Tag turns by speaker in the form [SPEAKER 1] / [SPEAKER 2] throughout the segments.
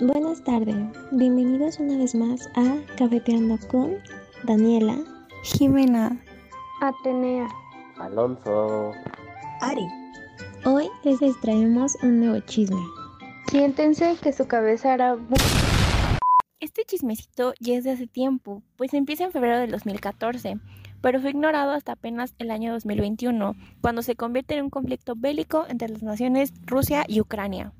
[SPEAKER 1] Buenas tardes, bienvenidos una vez más a Cafeteando con Daniela,
[SPEAKER 2] Jimena,
[SPEAKER 3] Atenea,
[SPEAKER 4] Alonso.
[SPEAKER 5] Ari.
[SPEAKER 1] Hoy les traemos un nuevo chisme.
[SPEAKER 3] Siéntense que su cabeza hará bu-
[SPEAKER 6] Este chismecito ya es de hace tiempo, pues empieza en febrero del 2014, pero fue ignorado hasta apenas el año 2021, cuando se convierte en un conflicto bélico entre las naciones Rusia y Ucrania.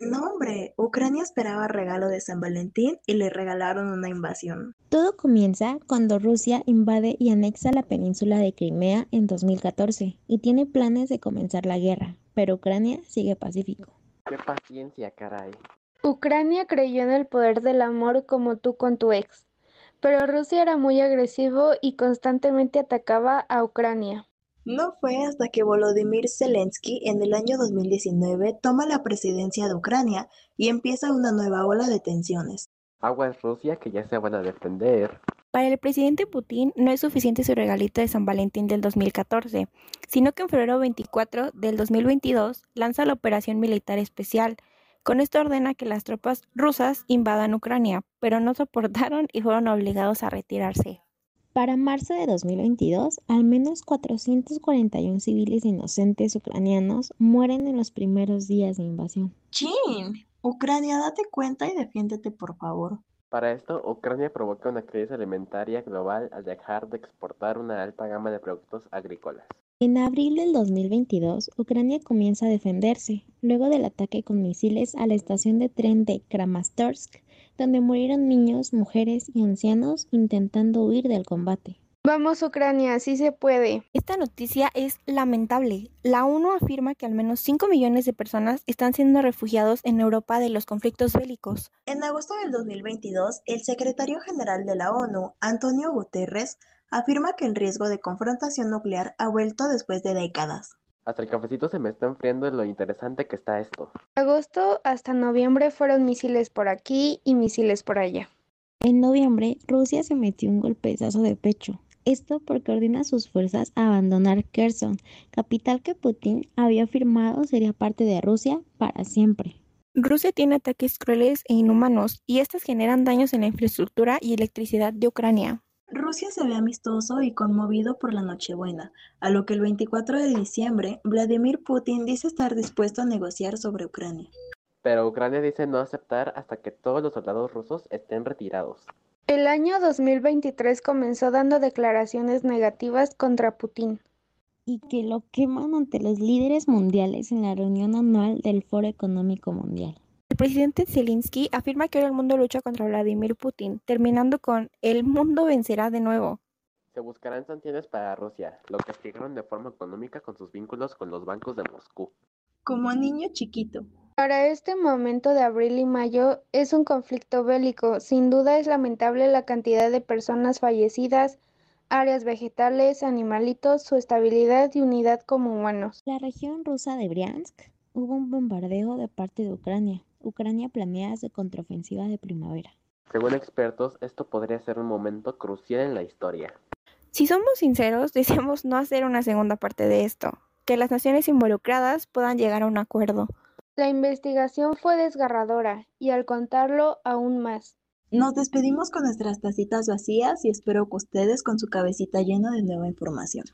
[SPEAKER 5] No, hombre, Ucrania esperaba regalo de San Valentín y le regalaron una invasión.
[SPEAKER 1] Todo comienza cuando Rusia invade y anexa la península de Crimea en 2014 y tiene planes de comenzar la guerra, pero Ucrania sigue pacífico.
[SPEAKER 4] Qué paciencia, caray.
[SPEAKER 3] Ucrania creyó en el poder del amor como tú con tu ex, pero Rusia era muy agresivo y constantemente atacaba a Ucrania.
[SPEAKER 5] No fue hasta que Volodymyr Zelensky en el año 2019 toma la presidencia de Ucrania y empieza una nueva ola de tensiones.
[SPEAKER 4] Agua es Rusia que ya se van a defender.
[SPEAKER 6] Para el presidente Putin no es suficiente su regalito de San Valentín del 2014, sino que en febrero 24 del 2022 lanza la operación militar especial. Con esto ordena que las tropas rusas invadan Ucrania, pero no soportaron y fueron obligados a retirarse.
[SPEAKER 1] Para marzo de 2022, al menos 441 civiles inocentes ucranianos mueren en los primeros días de invasión.
[SPEAKER 5] ¡Chin! Ucrania, date cuenta y defiéndete, por favor.
[SPEAKER 4] Para esto, Ucrania provoca una crisis alimentaria global al dejar de exportar una alta gama de productos agrícolas.
[SPEAKER 1] En abril del 2022, Ucrania comienza a defenderse, luego del ataque con misiles a la estación de tren de Kramatorsk, donde murieron niños, mujeres y ancianos intentando huir del combate.
[SPEAKER 3] Vamos Ucrania, sí se puede.
[SPEAKER 6] Esta noticia es lamentable. La ONU afirma que al menos 5 millones de personas están siendo refugiados en Europa de los conflictos bélicos.
[SPEAKER 5] En agosto del 2022, el secretario general de la ONU, Antonio Guterres, afirma que el riesgo de confrontación nuclear ha vuelto después de décadas.
[SPEAKER 4] Hasta el cafecito se me está enfriando de lo interesante que está esto.
[SPEAKER 3] Agosto hasta noviembre fueron misiles por aquí y misiles por allá.
[SPEAKER 1] En noviembre, Rusia se metió un golpezazo de pecho. Esto porque ordena a sus fuerzas a abandonar Kherson, capital que Putin había afirmado sería parte de Rusia para siempre.
[SPEAKER 6] Rusia tiene ataques crueles e inhumanos y estos generan daños en la infraestructura y electricidad de Ucrania.
[SPEAKER 5] Rusia se ve amistoso y conmovido por la Nochebuena, a lo que el 24 de diciembre, Vladimir Putin dice estar dispuesto a negociar sobre Ucrania.
[SPEAKER 4] Pero Ucrania dice no aceptar hasta que todos los soldados rusos estén retirados.
[SPEAKER 3] El año 2023 comenzó dando declaraciones negativas contra Putin.
[SPEAKER 1] y que lo queman ante los líderes mundiales en la reunión anual del Foro Económico Mundial.
[SPEAKER 6] El presidente Zelensky afirma que ahora el mundo lucha contra Vladimir Putin, terminando con el mundo vencerá de nuevo.
[SPEAKER 4] Se buscarán sanciones para Rusia, lo castigaron de forma económica con sus vínculos con los bancos de Moscú.
[SPEAKER 5] Como a niño chiquito.
[SPEAKER 3] Para este momento de abril y mayo es un conflicto bélico. Sin duda es lamentable la cantidad de personas fallecidas, áreas vegetales, animalitos, su estabilidad y unidad como humanos.
[SPEAKER 1] La región rusa de Briansk hubo un bombardeo de parte de Ucrania. Ucrania planea su contraofensiva de primavera.
[SPEAKER 4] Según expertos, esto podría ser un momento crucial en la historia.
[SPEAKER 6] Si somos sinceros, deseamos no hacer una segunda parte de esto, que las naciones involucradas puedan llegar a un acuerdo.
[SPEAKER 3] La investigación fue desgarradora y al contarlo aún más.
[SPEAKER 5] Nos despedimos con nuestras tacitas vacías y espero que ustedes con su cabecita llena de nueva información.